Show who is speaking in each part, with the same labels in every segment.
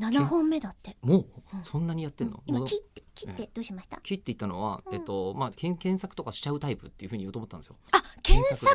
Speaker 1: 7本目だって
Speaker 2: もう
Speaker 1: うん
Speaker 2: そんなにやってんの、
Speaker 1: 今
Speaker 2: もう
Speaker 1: 切って切ってどうしました
Speaker 2: 切っていったのは、
Speaker 1: うん
Speaker 2: えっとまあ、検検索とかしちゃうタイプっていうふうに言おうと思ったんですよ。
Speaker 1: あ検索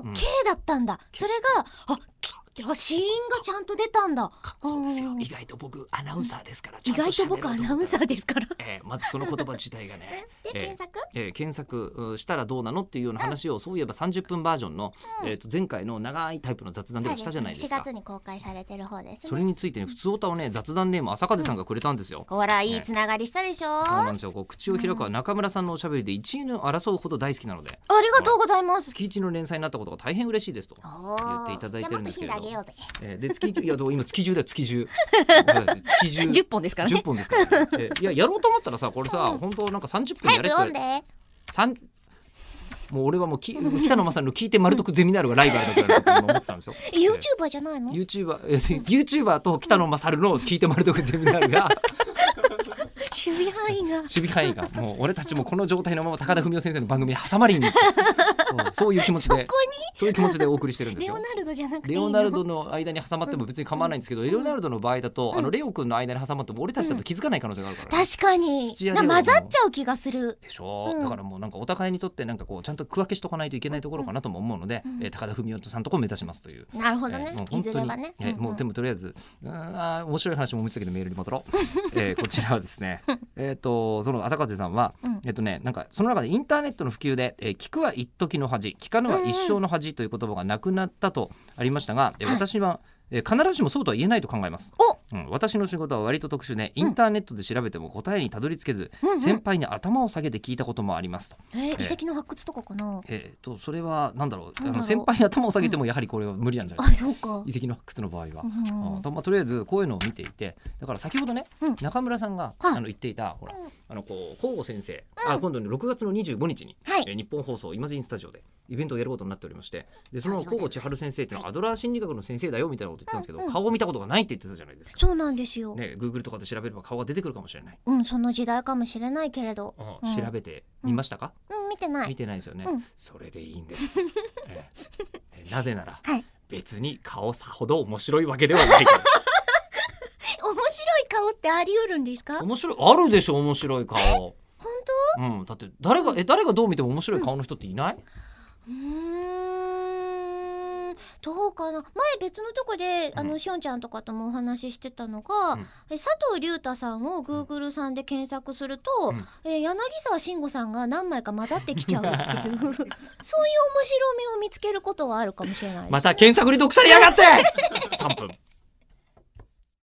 Speaker 2: う
Speaker 1: の
Speaker 2: ん
Speaker 1: K だったんだ、それがあ切ってあ死因がちゃんと出たんだ
Speaker 2: かそうですよ
Speaker 1: うん
Speaker 2: 意外と僕アナウンサーですからち
Speaker 1: 意
Speaker 2: ゃんと
Speaker 1: 外と
Speaker 2: 喋ろう
Speaker 1: 僕アナウンサ
Speaker 2: と思
Speaker 1: ー
Speaker 2: っ
Speaker 1: ですから
Speaker 2: たら、えーまずその言葉自体 がね
Speaker 1: で
Speaker 2: え
Speaker 1: 検索、
Speaker 2: えー検索うんしたらどうなのっていうような話を、そういえば30分バージョンの、えー、と前回の長いタイプの雑談でもしたじゃないです
Speaker 1: 4
Speaker 2: か。
Speaker 1: 月に公開されてる方です
Speaker 2: そ
Speaker 1: ね
Speaker 2: れについてね普通歌をね雑談ネーム朝風さんがくれたんですよ。
Speaker 1: ほらいいつながりしたでしょ、
Speaker 2: そうな
Speaker 1: あ
Speaker 2: んですよこう口を開くは中村さんのおしゃべりで一位の争うほど大好きなので
Speaker 1: りがとうございます、
Speaker 2: 月一の連載になったことが大変嬉しいですと
Speaker 1: お
Speaker 2: 言っ
Speaker 1: ー
Speaker 2: ていただいてるんですけれ
Speaker 1: じゃあもっと頻度上
Speaker 2: ど
Speaker 1: げよ
Speaker 2: えーで月中いやどう今月中だよ 月中そうだよ月中
Speaker 1: うぜ10本ですから
Speaker 2: 10
Speaker 1: ね
Speaker 2: 本ですから、ねえーいややろうと思ったらさこれさ本当なんか30分や
Speaker 1: 早く
Speaker 2: れって
Speaker 1: 読んで。
Speaker 2: 三もう俺はもうき北野正の聞いて丸得ゼミナールがライバルだぐらいのこと今思ってたんですよ
Speaker 1: YouTuber じゃないの
Speaker 2: ユーチューバー、えー、ユーチューバーと北野勝の聞いて丸得ゼミナールが
Speaker 1: 守備範囲が
Speaker 2: 守備範囲がもう俺たちもこの状態のまま高田文夫先生の番組に挟まりに行くうんそういう気持ち
Speaker 1: そこに
Speaker 2: でそういう気持ちでお送りしてるんです
Speaker 1: レ
Speaker 2: よ
Speaker 1: オナ。ルドじゃなくていい
Speaker 2: レ
Speaker 1: の
Speaker 2: オナルドの間に挟まっても別に構わないんですけど、レオナルドの場合だと、あのレオ君の間に挟まっても俺たちだと気づかない可能性があるから、
Speaker 1: 確かに
Speaker 2: 土屋
Speaker 1: な
Speaker 2: レオナ
Speaker 1: 混
Speaker 2: の
Speaker 1: ざっちゃう気がする
Speaker 2: でしょ、
Speaker 1: うん
Speaker 2: だからもうなんかお互いにとってなんかこうちゃんと区分けしとかないといけないところかなとも思うので、えー高田文夫さんとこを目指しますという。
Speaker 1: なるほど
Speaker 2: え
Speaker 1: ね
Speaker 2: ーもう、
Speaker 1: い
Speaker 2: 本
Speaker 1: ず
Speaker 2: 当
Speaker 1: れ
Speaker 2: に
Speaker 1: はね、
Speaker 2: えーもうでもとりあえずうーんあー面白い話も思いついたけどメールに戻ろう、 えーこちらはですねえっとその朝風さんは、
Speaker 1: うん
Speaker 2: えっとねなんかその中でインターネットの普及で、えー聞くは一時の恥聞かぬは一生の恥という言葉がなくなったとありましたが、えー
Speaker 1: はい
Speaker 2: 私は、えー必ずしもそうとは言えないと考えます
Speaker 1: お
Speaker 2: うん、私の仕事は割と特殊でインターネットで調べても答えにたどり着けず、
Speaker 1: うんうん
Speaker 2: 先輩に頭を下げて聞いたこともありますと。
Speaker 1: え
Speaker 2: え
Speaker 1: ー、遺跡の発掘とかかな
Speaker 2: えー、とそれはなんだろう
Speaker 1: なんだ
Speaker 2: あ
Speaker 1: ろう
Speaker 2: の先輩に頭を下げてもやはりこれは無理なんじゃない
Speaker 1: あそうか
Speaker 2: 遺跡の発掘の場合は。
Speaker 1: うん
Speaker 2: あとまあ、とりあえずこういうのを見ていてだから先ほどね、
Speaker 1: うん
Speaker 2: 中村さんが
Speaker 1: はい
Speaker 2: あの言っていたほら、
Speaker 1: うん
Speaker 2: あのこう甲吾先生、あ今度ね6月の25日に、
Speaker 1: はい
Speaker 2: えー日本放送イマジンスタジオでイベントをやることになっておりましてで
Speaker 1: そ
Speaker 2: その
Speaker 1: うでございま
Speaker 2: 甲
Speaker 1: す
Speaker 2: 吾千春先生っていうのはアドラー心理学の先生だよみたいなこと言ってたんですけど、
Speaker 1: うんうん
Speaker 2: 顔を見たことがないって言ってたじゃないですか。
Speaker 1: そうなんですよ、
Speaker 2: ね、Google とかで調べれば顔が出てくるかもしれない。
Speaker 1: うんその時代かもしれないけれど、
Speaker 2: あ
Speaker 1: うん
Speaker 2: 調べてみましたか、
Speaker 1: うん見てない
Speaker 2: 見てないですよね、
Speaker 1: うん
Speaker 2: それでいい んです、ええなぜなら、
Speaker 1: はい
Speaker 2: 別に顔さほど面白いわけではないから
Speaker 1: 面白い顔ってあり得るんですか本
Speaker 2: 面白いあるでしょ面白い顔
Speaker 1: 当
Speaker 2: うんだって誰がえ誰がどう見ても面白い顔の人っていない、
Speaker 1: うーんどうかな前別のとこであ
Speaker 2: う
Speaker 1: の
Speaker 2: ん
Speaker 1: しおんちゃんとかともお話ししてたのが、
Speaker 2: うん
Speaker 1: え佐藤隆太さんを Google さんで検索すると、
Speaker 2: うん
Speaker 1: え柳沢慎吾さんが何枚か混ざってきちゃうっ ていうそういう面白みを見つけることはあるかもしれないです
Speaker 2: また検索に毒されやがって3分